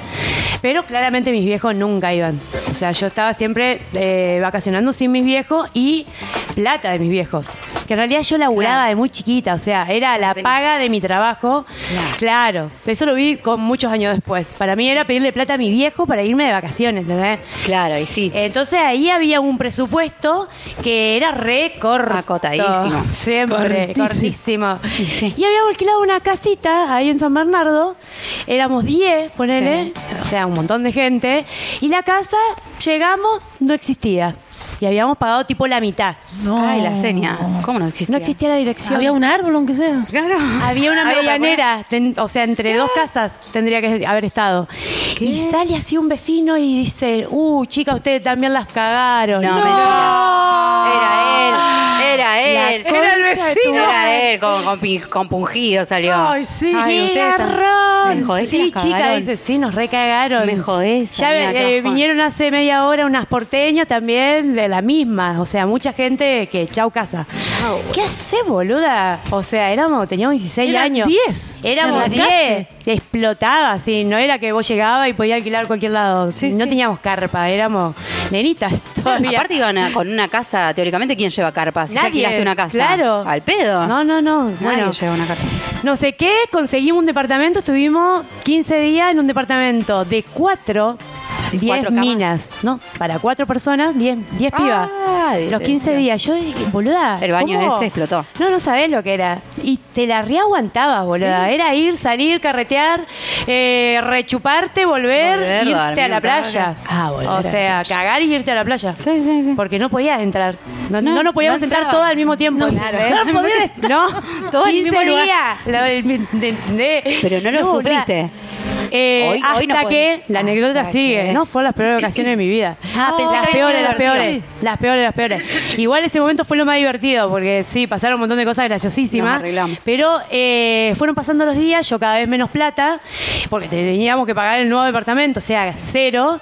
H: Pero claramente mis viejos nunca iban. O sea, yo estaba siempre eh, vacacionando sin mis viejos y plata de mis viejos. Que en realidad yo laburaba
B: Claro.
H: de muy chiquita, o sea, era la paga de mi trabajo. Claro. Eso lo vi con muchos años después. Para mí era pedirle plata a mi viejo para irme de vacaciones, ¿entendés?
B: Claro, y sí.
H: Entonces ahí había un presupuesto que era re corto.
B: Acotadísimo.
H: Siempre, cortísimo.
B: Y sí.
H: Y habíamos alquilado una casita ahí en San Bernardo. Éramos 10, ponele. O sea, un montón de gente. Y la casa, llegamos, no existía. Y habíamos pagado tipo la mitad.
C: No.
B: Ay, la seña. ¿Cómo no existía?
H: No existía la dirección.
C: Había un árbol, aunque sea.
B: Claro.
H: Había una
B: Algo para
H: medianera, ten- o sea, entre dos casas tendría que haber estado. Y sale así un vecino y dice, uh, chica, ustedes también las cagaron.
B: No, mentira. Era él. Era era él.
H: concha Era el de tu vecino. madre.
B: Era él, con, con, pi- compungido salió.
H: Ay, sí,
B: ustedes están- Me
H: garrón.
B: jodés,
H: Sí,
B: la
H: chica,
B: cagaron.
H: dice, sí, nos recagaron.
B: Me jodés,
H: Ya
B: amiga, qué
H: eh,
B: bajón.
H: vinieron hace media hora unas porteñas también de la misma. O sea, mucha gente que chau casa. ¿Qué hace, boluda? O sea, éramos, teníamos 16
C: Eran
H: años.
C: 10.
H: Éramos
C: En la
H: 10.
C: calle.
H: Explotaba, así. No era que vos llegabas y podías alquilar cualquier lado.
B: Sí,
H: no
B: sí.
H: teníamos carpa, éramos nenitas todavía.
B: Aparte iban a- con una casa, teóricamente, ¿quién lleva carpas? Si ya alquilaste una casa.
H: Claro.
B: Al pedo.
H: No, no, no.
B: Nadie
H: Bueno,
B: lleva una carpa.
H: no sé qué, conseguimos un departamento, estuvimos 15 días en un departamento de cuatro,
B: ¿De
H: 10
B: cuatro camas? Ah,
H: minas, ¿no? Para cuatro personas, 10 10 pibas.
B: Ay,
H: Los 15
B: mira.
H: días. Yo dije, boluda.
B: El baño ese explotó.
H: No, no sabés lo que era. Y te la reaguantabas, boluda. Era ir, salir, carretear, eh, rechuparte, volver,
B: Volver,
H: irte a
B: dormir,
H: la playa.
C: Ah, volver a
H: O
C: la
H: sea, cagar y irte a la playa.
B: Sí, sí, sí.
H: Porque no podías entrar. No, no,
B: No,
H: nos podíamos
B: no
H: sentar
B: entraba.
H: todas al mismo tiempo.
B: No,
H: ¿entendés?
B: claro. Claro, podían
H: No,
B: Todas en el
H: 15
B: mismo lugar.
H: días. Lo del- de- de-
B: Pero no lo
H: boluda.
B: sufriste.
H: Eh,
B: Hoy-
H: hasta
B: hoy no
H: que
B: podés.
H: la anécdota
B: Hasta
H: sigue.
B: que-
H: No, fueron las peores ocasiones de mi vida.
B: Ah, pensé que
H: las
B: había
H: peores,
B: sido
H: las
B: divertido.
H: peores. Las peores, las peores. Igual ese momento fue lo más divertido, porque sí, pasaron un montón de cosas
B: Nos
H: graciosísimas.
B: arreglamos.
H: Pero eh, fueron pasando los días, yo cada vez menos plata, porque teníamos que pagar el nuevo departamento, o sea, cero.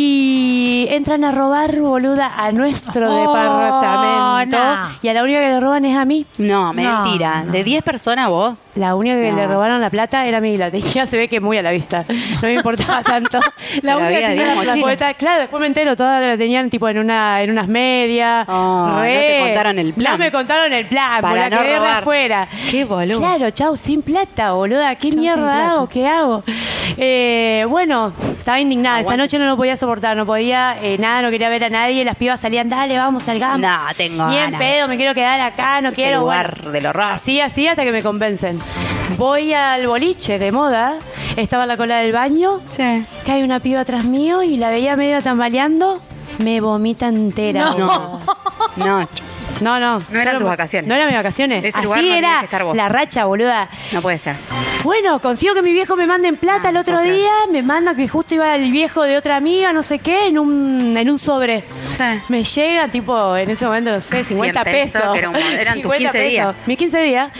H: Y entran a robar, boluda, a nuestro
C: Oh,
H: departamento.
C: no.
H: Y a la única que le roban es a mí.
B: No, mentira. De 10 personas vos.
H: La única que
B: No.
H: le robaron la plata era mi la tenía, se ve que muy a la vista. No me importaba tanto. La
B: La
H: única que
B: vida,
H: tenía la
B: digamos,
H: plata.
B: chino.
H: porque ta- Claro, después me entero, todas la tenían tipo en una, en unas medias.
B: Ah, no te contaron el plan.
H: No me contaron el
B: Para
H: plan, Para la
B: no
H: quedé re
B: robar.
H: afuera.
B: Qué boludo.
H: Claro, chau, sin plata, boluda. ¿Qué
B: sin
H: mierda
B: plata.
H: hago? ¿Qué hago? Eh, bueno, estaba indignada. Esa noche no lo podía soportar, no podía, eh, nada, no quería ver a nadie. Las pibas salían, dale, vamos, salgamos.
B: No, tengo
H: Ni en
B: ganas. Este
H: pedo, me quiero quedar acá, no quiero.
B: lugar del horror.
H: Así, así hasta que me convencen. Voy al boliche de moda, estaba en la cola del baño,
B: Sí.
H: cae una piba atrás mío y la veía medio tambaleando, me vomita entera.
B: No. No.
H: No, no.
B: No eran
H: Yo
B: tus vacaciones.
H: No eran mis vacaciones.
B: Ese lugar
H: Así
B: no tenías
H: era
B: que estar vos.
H: la racha, boluda.
B: No puede ser.
H: Bueno, consigo que mi viejo me manden plata
B: Ah,
H: el otro
B: ok.
H: día, me manda que justo iba el viejo de otra amiga, no sé qué, en un, en un sobre.
B: Sí.
H: Me llega, tipo, en ese momento, no sé, 50
B: pesos,
H: pesos.
B: que era un- eran tus
H: 50
B: 15 días.
H: Mis 15 días.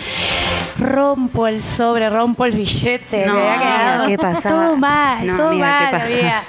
H: Rompo el sobre, rompo el billete.
B: No,
H: me había
B: amiga,
H: quedado
B: ¿qué pasaba?
H: Todo mal,
B: No,
H: todo
B: amiga, ¿qué
H: mal,
B: pasaba?
H: amiga.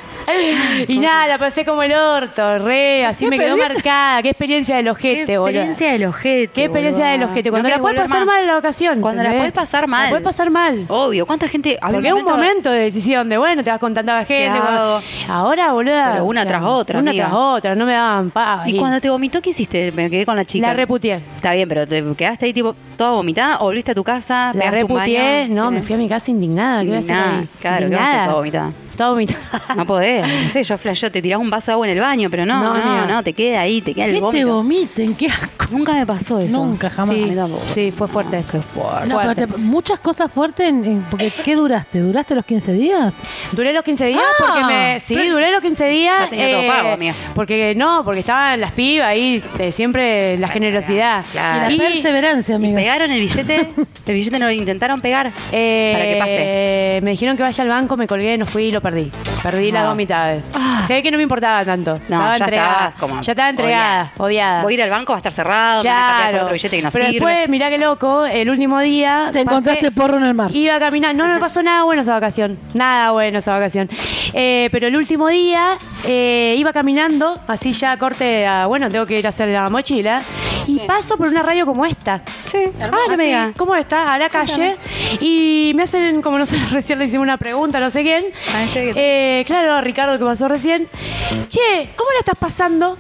H: Y nada, la pasé como el orto, re, así me quedó marcada. Qué experiencia del ojete,
B: Qué
H: boluda.
B: experiencia del ojete.
H: Qué experiencia
B: boluda.
H: del ojete. Cuando
B: No
H: la
B: querés
H: puedes
B: volver
H: pasar
B: más.
H: mal en la vacación.
B: Cuando la
H: ¿entendés?
B: puedes pasar mal.
H: La puedes pasar mal.
B: Obvio, ¿cuánta gente. había
H: Porque es un momento de decisión de, bueno, te vas con tanta gente.
B: ¿Qué hago?
H: con- Ahora, boluda.
B: Pero una tras otra,
H: Una
B: amiga.
H: tras otra, no me daban paz.
B: Y cuando te vomitó, ¿qué hiciste? Me quedé con la chica. Ah,
H: La reputié.
B: Está bien, pero te quedaste ahí tipo toda vomitada, o volviste a tu casa,
H: La
B: pegaste un
H: reputié,
B: baño.
H: no, me fui a mi casa indignada. ¿Qué voy a hacer
B: Indignada,
H: ahí?
B: claro, ¿qué vas a hacer? Toda vomitada.
H: Toda vomitada.
B: No podés, no sé, yo flasheo, te tirás un vaso de agua en el baño, pero no,
H: No,
B: no,
H: amiga.
B: no, te queda ahí, te queda el
C: Que te
B: vómito.
C: vomiten, qué asco.
B: Nunca me pasó eso.
C: Nunca, jamás.
H: Sí,
B: A mí tampoco.
H: sí, fue fuerte.
C: No,
H: Fuerte.
C: pero te- muchas cosas fuertes, en- en- porque ¿qué duraste? ¿Duraste los 15 días?
H: Duré los 15 días
C: Ah,
H: porque me. Sí,
C: pero-
H: duré los 15 días. eh,
B: Ya tenía todo pago, amiga.
H: Porque no, porque estaban las pibas ahí, te- siempre la generosidad.
B: claro.
C: Y la perseverancia,
B: Y
C: amigo.
B: pegaron el billete, el billete no lo intentaron pegar
H: Eh,
B: para que pase.
H: Me dijeron que vaya al banco, me colgué, no fui y lo perdí. Perdí las
B: No. Ah.
H: dos mitades. Sé que no me importaba tanto.
B: ya
H: estaba entregada.
B: estabas como
H: ya estaba entregada, odiada.
B: Voy a ir al banco, va a estar cerrado, me van a cambiar por
H: Claro.
B: otro billete que no
H: Pero
B: sirve.
H: después, mirá qué loco, el último día.
C: Te encontraste porro en el mar.
H: Iba a caminar. No, no me pasó nada bueno esa vacación. Nada bueno esa vacación. Eh, pero el último día eh, iba caminando, así ya corte a, bueno, tengo que ir a hacer la mochila. Y paso por una radio como esta.
B: Sí. Ah, no me
H: Así,
B: digas.
H: ¿Cómo estás? A la calle. Y me hacen, como no sé, recién le hicimos una pregunta, no sé quién.
B: A este
H: Eh, claro, a Ricardo que pasó recién. Che, ¿cómo la estás pasando?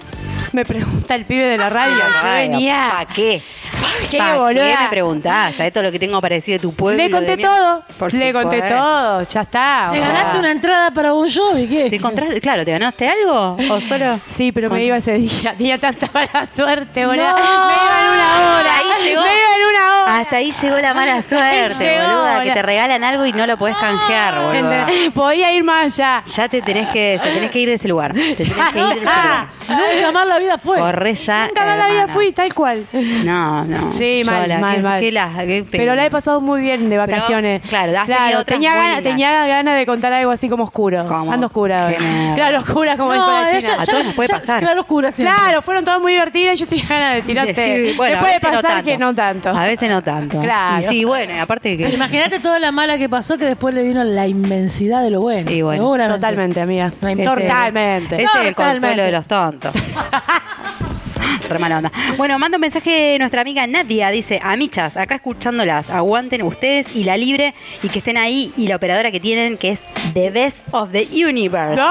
H: Me pregunta el pibe
B: Ah,
H: de la radio. Yo venía.
B: ¿Para qué?
H: ¿Pa' qué,
B: ¿Pa'
H: boluda?
B: me preguntás? ¿Sabés todo lo que tengo para decir de tu pueblo?
H: Le conté
B: de mí?
H: todo.
B: Por
H: Le conté
B: supuesto.
H: todo. Ya está. o
C: Te
H: sea.
C: ganaste una entrada para un show y qué.
B: Ah. ¿Te encontraste? Claro, ¿te ganaste algo? ¿O solo?
H: Sí, pero me iba ese día. Tenía tanta mala suerte, boludo.
C: No.
H: Me iba en una hora.
B: Ahí llegó.
H: Me iba en una hora.
B: Hasta ahí llegó la mala suerte,
H: llegó
B: boluda,
H: la-
B: que te regalan algo y no lo podés canjear, boluda.
H: Entendés, Podía ir más allá.
B: Ya te tenés que, te tenés que ir de ese lugar. Te tenés que ir de ese lugar.
C: Nunca más la vida fue.
B: Corre ya.
H: Nunca más la vida
B: hermana.
H: fui, tal cual.
B: No, no.
H: Sí, mal,
B: Chola,
H: mal,
B: qué-
H: mal.
B: qué la- qué
H: Pero la
B: pena.
H: he pasado muy bien de vacaciones.
B: claro, has tenido
H: claro
B: otras
H: tenía
B: muy
H: ganas
B: lindas.
H: tenía ganas de contar algo así como oscuro.
B: ¿Cómo?
H: Ando oscura. ahora.
B: Qué mierda.
H: Claro, oscura como dijo la
B: ella-
H: china.
B: A todos nos puede pasar.
C: Claro, oscura siempre.
H: Claro, fueron todas muy divertidas y yo tenía ganas de tirarte.
B: Decir, bueno,
H: Te puede
B: a veces no
H: pasar
B: tanto.
H: que no tanto.
B: A veces no tanto.
H: Claro.
B: Y sí, bueno, y aparte
C: Pero
B: que.
C: Imagínate toda la mala que pasó que después le vino la inmensidad de lo bueno.
B: Y bueno,
C: seguramente.
H: Totalmente, amiga.
C: No importa.
H: Totalmente.
B: Ese es el consuelo
C: Totalmente.
B: de los tontos. Re mala onda. Bueno, manda un mensaje de nuestra amiga Nadia. Dice, amichas, acá escuchándolas, aguanten ustedes y la libre y que estén ahí y la operadora que tienen que es The Best of the Universe.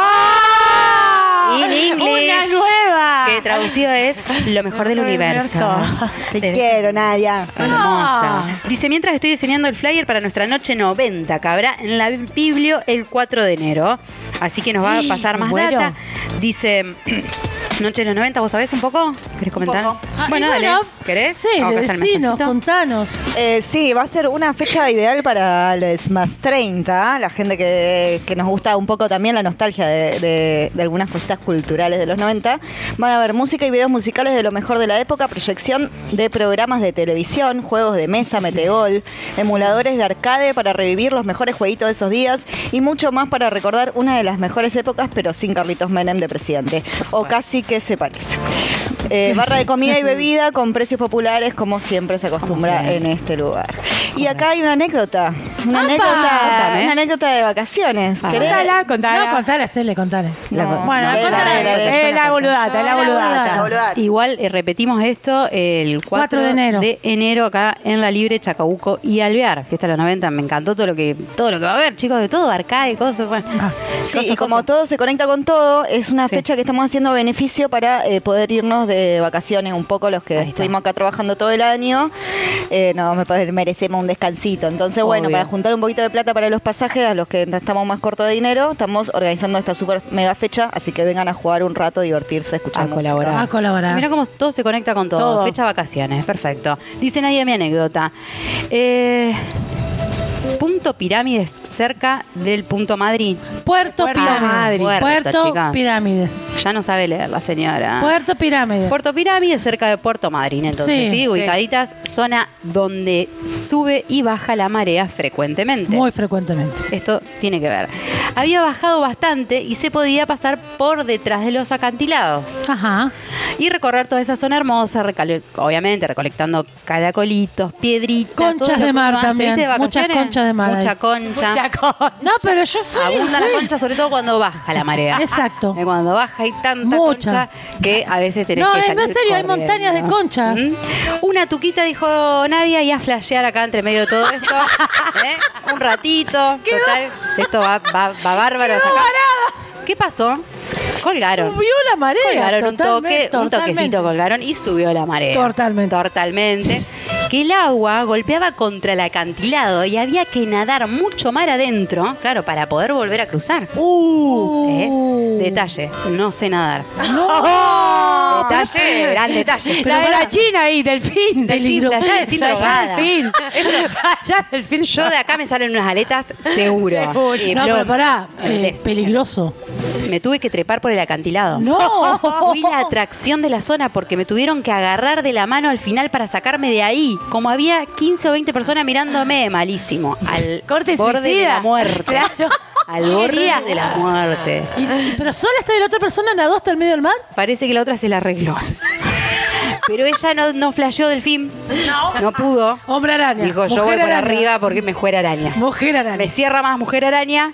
H: ¡No!
B: In English.
H: ¡Una nueva!
B: Que traducido es lo mejor del
H: Mejor del
B: universo.
H: universo.
G: Te
B: The
G: quiero, Nadia.
B: Hermosa. Ah. Dice, mientras estoy diseñando el flyer para nuestra noche 90, que habrá en la Biblio el 4 de enero. Así que nos va a pasar
H: me
B: más
H: muero.
B: data. Dice, noche de los 90, ¿vos sabés un poco? ¿Querés comentar?
G: poco.
B: Bueno,
C: Ah, y
B: dale. ¿Querés? Ah,
C: Sí,
B: Acá está el
C: decinos,
B: mensajito.
C: contanos.
G: Eh, sí, va a ser una fecha ideal para los más 30, la gente que, que nos gusta un poco también la nostalgia de, de- de algunas cositas culturales de los 90. Van a haber música y videos musicales de lo mejor de la época, proyección de programas de televisión, juegos de mesa, metegol, emuladores de arcade para revivir los mejores jueguitos de esos días y mucho más para recordar una de las mejores épocas, pero sin Carlitos Menem de presidente. O casi que se parece. Eh, barra de comida y bebida con precios populares, como siempre se acostumbra en este lugar. Y acá hay una anécdota. Una anécdota.
B: Contame.
G: Una anécdota de vacaciones.
B: Ah.
G: ¿Querés?
H: Contala, contala.
C: Eh, No, contale, hacele, contale.
G: No,
C: bueno,
G: no,
C: contala.
G: dale, dale, dale.
H: Es la boludata, es la
C: No, la
G: La
H: boludata.
G: boludata.
B: Igual eh, repetimos esto el 4,
C: de enero.
B: enero acá en La Libre, Chacabuco y Alvear. Fiesta de los 90, me encantó todo lo que todo lo que va a haber, chicos, de todo, arcade, cosas. bueno.
G: Sí,
B: Cosas,
G: y como
B: cosas.
G: todo se conecta con todo, es una
B: Sí.
G: fecha que estamos haciendo beneficio para eh, poder irnos de vacaciones un poco los que
B: Ahí está.
G: estuvimos acá trabajando todo el año. Eh, no, me pare- merecemos un descansito. Entonces, bueno,
B: Obvio.
G: para juntar un poquito de plata para los pasajes, a los que estamos más cortos de dinero, estamos organizando esta super mega fecha, así que vengan a jugar un rato, divertirse, escuchar
B: a
G: música.
B: colaborar.
C: A colaborar.
B: Mira cómo todo se conecta con todo.
H: Todo.
B: Fecha vacaciones, perfecto. Dice nadie mi anécdota. Eh, punto Pirámides cerca del punto Madrid.
C: Puerto,
H: Puerto
C: Pirámides.
H: Madrid.
C: Puerto,
B: Puerto, chicas.
C: Pirámides.
B: Ya no sabe leer la señora.
C: Puerto Pirámides.
B: Puerto Pirámides cerca de Puerto Madryn, entonces, sí,
C: Sí, sí.
B: ubicaditas, zona donde sube y baja la marea frecuentemente.
C: Muy frecuentemente.
B: Esto tiene que ver. Había bajado bastante y se podía pasar por detrás de los acantilados
C: Ajá.
B: y recorrer toda esa zona hermosa, recale- obviamente recolectando caracolitos, piedritas,
C: Conchas
B: todo lo
C: de
B: que
C: mar
B: uno hace,
C: también,
B: ¿viste? De
C: muchas
B: vacaciones.
C: conchas de mar
B: Mucha
C: ahí.
B: concha.
H: Chacón.
C: No, pero yo fui.
B: Abunda la
C: fui.
B: concha, sobre todo cuando baja la marea.
C: Exacto.
B: Eh, Cuando baja hay tanta
C: Mucha.
B: concha que a veces tenés
C: No,
B: que
C: en
B: salir
C: serio, hay
B: corriendo.
C: montañas de conchas.
B: ¿Mm? Una tuquita, dijo Nadia, y a flashear acá entre medio de todo esto. ¿Eh? Un ratito. Total, esto va, va, va bárbaro. hasta acá. ¿Qué pasó? Colgaron.
C: Subió la marea.
B: Colgaron un toque,
C: totalmente,
B: un toquecito
C: totalmente.
B: colgaron y subió la marea.
C: Totalmente.
B: Totalmente. Que el agua golpeaba contra el acantilado y había que nadar mucho mar adentro, claro, para poder volver a cruzar.
C: Uh.
B: ¿Eh? Detalle, no sé nadar. Detalle, gran detalle.
H: La de la China ahí, delfín.
B: Delfín, playa delfín
H: Playa
B: drogada.
H: delfín. Playa delfín.
B: Yo de acá me salen unas aletas seguro.
H: Seguro.
B: Y
C: No,
B: lo-
C: pero pará. eh,
B: Des-
C: peligroso.
B: Me tuve que trepar por el acantilado.
C: No.
B: Oh, Fui la atracción de la zona porque me tuvieron que agarrar de la mano al final para sacarme de ahí. Como había 15 o 20 personas mirándome, malísimo. Al
H: Corte y
B: borde de
H: suicida.
B: la muerte.
H: Claro.
B: Al borde
H: Quería.
B: de la muerte.
C: Y- pero sola está y la otra persona nadó hasta el medio del mar.
B: Parece que la otra se la arregló. Pero ella no, no flasheó del film. No. pudo.
C: Hombre araña.
B: Dijo, yo voy
C: mujer
B: por
C: araña,
B: arriba porque me juega araña.
C: Mujer araña.
B: Me cierra más mujer araña,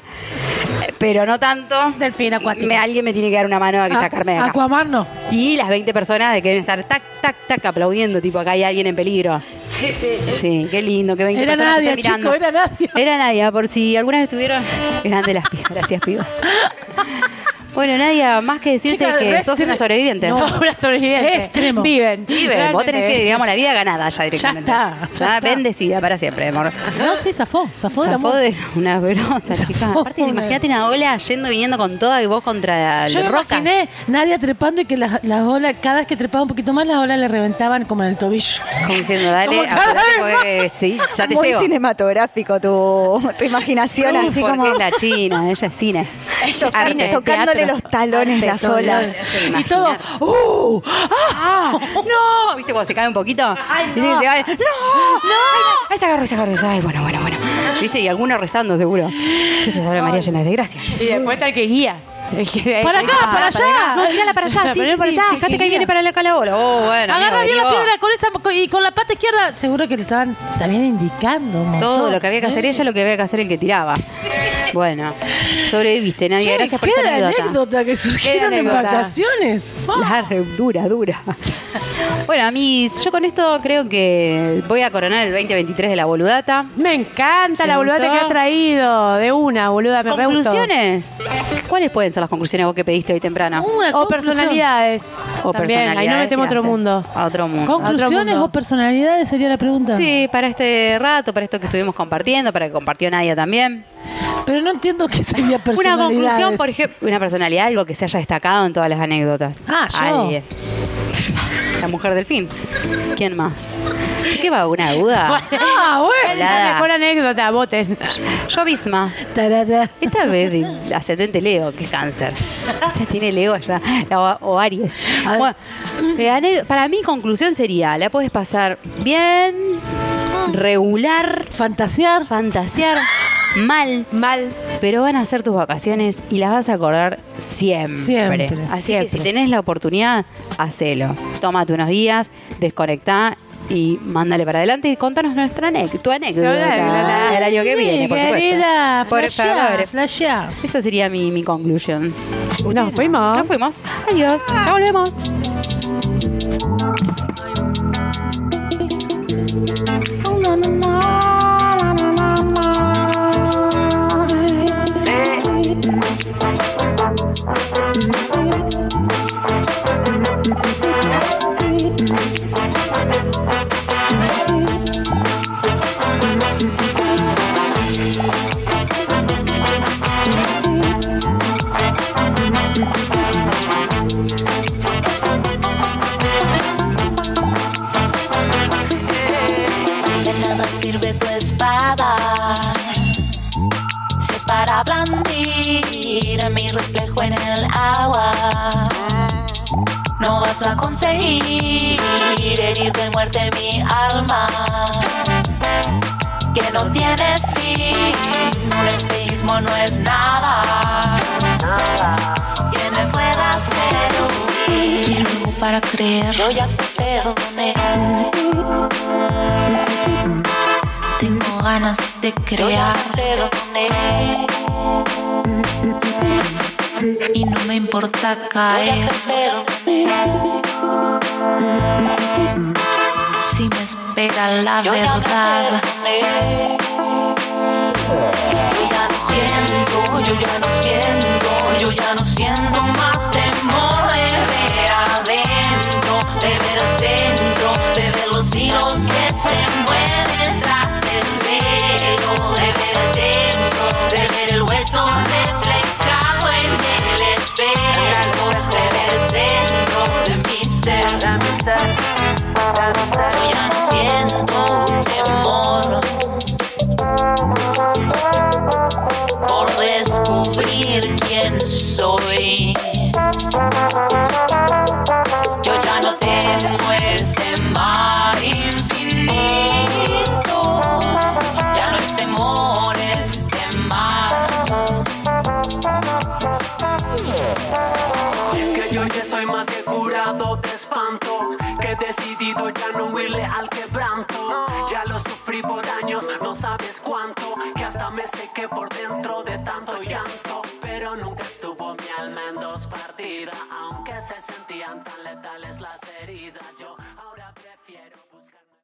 B: eh, pero no tanto.
C: Delfín acuático. Ah,
B: Me- alguien me tiene que dar una mano a que
C: A-
B: sacarme de acá.
C: Aquaman no.
B: Y las 20 personas de quieren estar tac, tac, tac aplaudiendo, tipo acá hay alguien en peligro.
H: Sí, sí.
B: Sí, qué lindo, que 20
C: Era
B: personas te
C: nadie,
B: estén mirando.
C: chico, era nadie.
B: Era Nadia, por si alguna vez estuvieron. Grande las pibas, gracias pibas. Bueno, Nadia, más que decirte
C: Chica,
B: que
C: re-
B: sos una sobreviviente.
H: No, una sobreviviente.
C: Extremo.
H: Viven.
B: Vive, vos tenés que, digamos, la vida ganada ya directamente. Ah,
C: está, ya está.
B: bendecida para siempre, amor.
C: No, sí, zafó. Zafó del
B: Zafó
C: amor.
B: de una brosa, chica.
C: Zafó
B: Aparte,
C: una-
B: imagínate una ola yendo viniendo con toda y vos contra
C: Yo
B: la
C: me
B: roca.
C: imaginé nadie trepando y que las, las olas, cada vez que trepaba un poquito más, las olas le reventaban como en el tobillo.
B: Como diciendo, dale,
C: Como cada
B: apurate porque
C: vez
B: sí, ya te
G: Muy
B: llevo.
G: cinematográfico tu, tu imaginación,
B: Uf,
G: así
B: porque
G: como
B: es la china, ella es cine.
G: tocándole
B: teatro.
G: los talones las olas.
B: Y todo.
H: ¡Uh!
B: ¡Ah! ¡No! ¿Viste cuando se cae un poquito? Ay, no. se cae, ¡No! ¡No! Ay, se agarró, se agarró. Ay, bueno, bueno, bueno. ¿Viste? Y algunos rezando, seguro. Dios te salve María llena de gracia.
H: Y después está el que guía. El que-
I: Para
H: el
I: acá,
H: que-
I: para allá.
B: No, tirala para allá. Sí,
H: Pero
B: sí,
H: para
B: sí.
H: allá,
B: Fíjate que ahí
H: mira.
B: viene para acá la bola. Oh, bueno.
I: Agarra
B: amigo,
I: bien la
B: vení vos.
I: piedra con esa, con- y con la pata izquierda. Seguro que le estaban también indicando. un
B: Todo
I: montón,
B: lo que había que hacer
I: ¿eh?
B: ella, lo que había que hacer el que tiraba. Bueno, sobreviviste, Nadia.
I: Che,
B: gracias por
I: qué
B: esta
I: anécdota.
B: anécdota.
I: que surgieron en
H: anécdota.
I: vacaciones.
B: Larga, dura, dura. bueno, mis, yo con esto creo que voy a coronar el 2023 de la boludata.
H: Me encanta la
B: ¿Te
H: boludata
B: gustó?
H: que has traído. De una, boluda, me re gustó.
B: ¿Conclusiones? ¿Cuáles pueden ser las conclusiones vos que pediste hoy temprano?
I: Una
H: O
I: conclusión.
H: personalidades.
B: O
H: también. Ahí no
B: personalidades,
H: metemos otro
B: tiraste.
H: mundo.
B: A otro mundo.
H: otro
I: Conclusiones
H: mundo.
I: o personalidades sería la pregunta.
B: Sí, para este rato, para esto que estuvimos compartiendo, para que compartió Nadia también.
I: Pero no entiendo qué sería
B: Una
I: personalidades.
B: conclusión, por ejemplo, una personalidad, algo que se haya destacado en todas las anécdotas.
I: Ah, yo.
B: Alguien. La mujer del fin. ¿Quién más? ¿Qué va? ¿Una duda?
H: Ah, bueno. La
B: Nada.
H: mejor anécdota, voten.
B: Yo misma.
I: Tarara.
B: Esta vez de ascendente Leo, que es cáncer. Esta tiene Leo ya, la- o Aries.
I: A ver.
B: Bueno, eh, ane- para mí, conclusión sería: la puedes pasar bien, regular,
I: Fantasear.
B: fantasear, mal,
H: Mal.
B: pero van a ser tus vacaciones y las vas a acordar siempre.
I: Siempre,
B: Así
H: siempre.
B: que si tenés la oportunidad, hacelo. Tómate unos días, desconectá y mándale para adelante y contanos nuestra anécdota, tu anécdota
H: anécdota.
B: del año que
I: Sí,
B: viene, por supuesto.
I: querida,
B: Por-
I: flashea,
B: perdón.
I: flashea.
B: Esa sería mi, mi conclusión.
H: Nos fuimos.
B: Nos fuimos. Adiós. Ya volvemos.
J: De nada sirve tu espada si es para blandir a mi reflejo en el agua. No vas a conseguir herir de muerte mi alma que no tiene fin. Un espejismo no es nada que me pueda hacer un fin para creer. Yo ya te perdoné. Tengo ganas de crear perdoné. Y no me importa caer Si me espera la verdad Yo ya no siento, yo ya no siento Yo ya no siento más temor de ver adentro De ver el centro, de ver los hilos que se mueven tras el velo De ver el templo, de ver el hueso reflejado en el espejo De ver el centro de mi ser Yo ya no siento temor por descubrir quién soy. Yo ya no temo este mar infinito, ya no es temor este mar.
K: Y es que yo ya estoy más que curado de espanto Que he decidido ya no huirle al quebranto Ya lo sufrí por años, no sabes cuánto Que hasta me sequé por dentro de tanto llanto Pero nunca estuvo mi alma en dos partidas Aunque se sentían tan letales las heridas Yo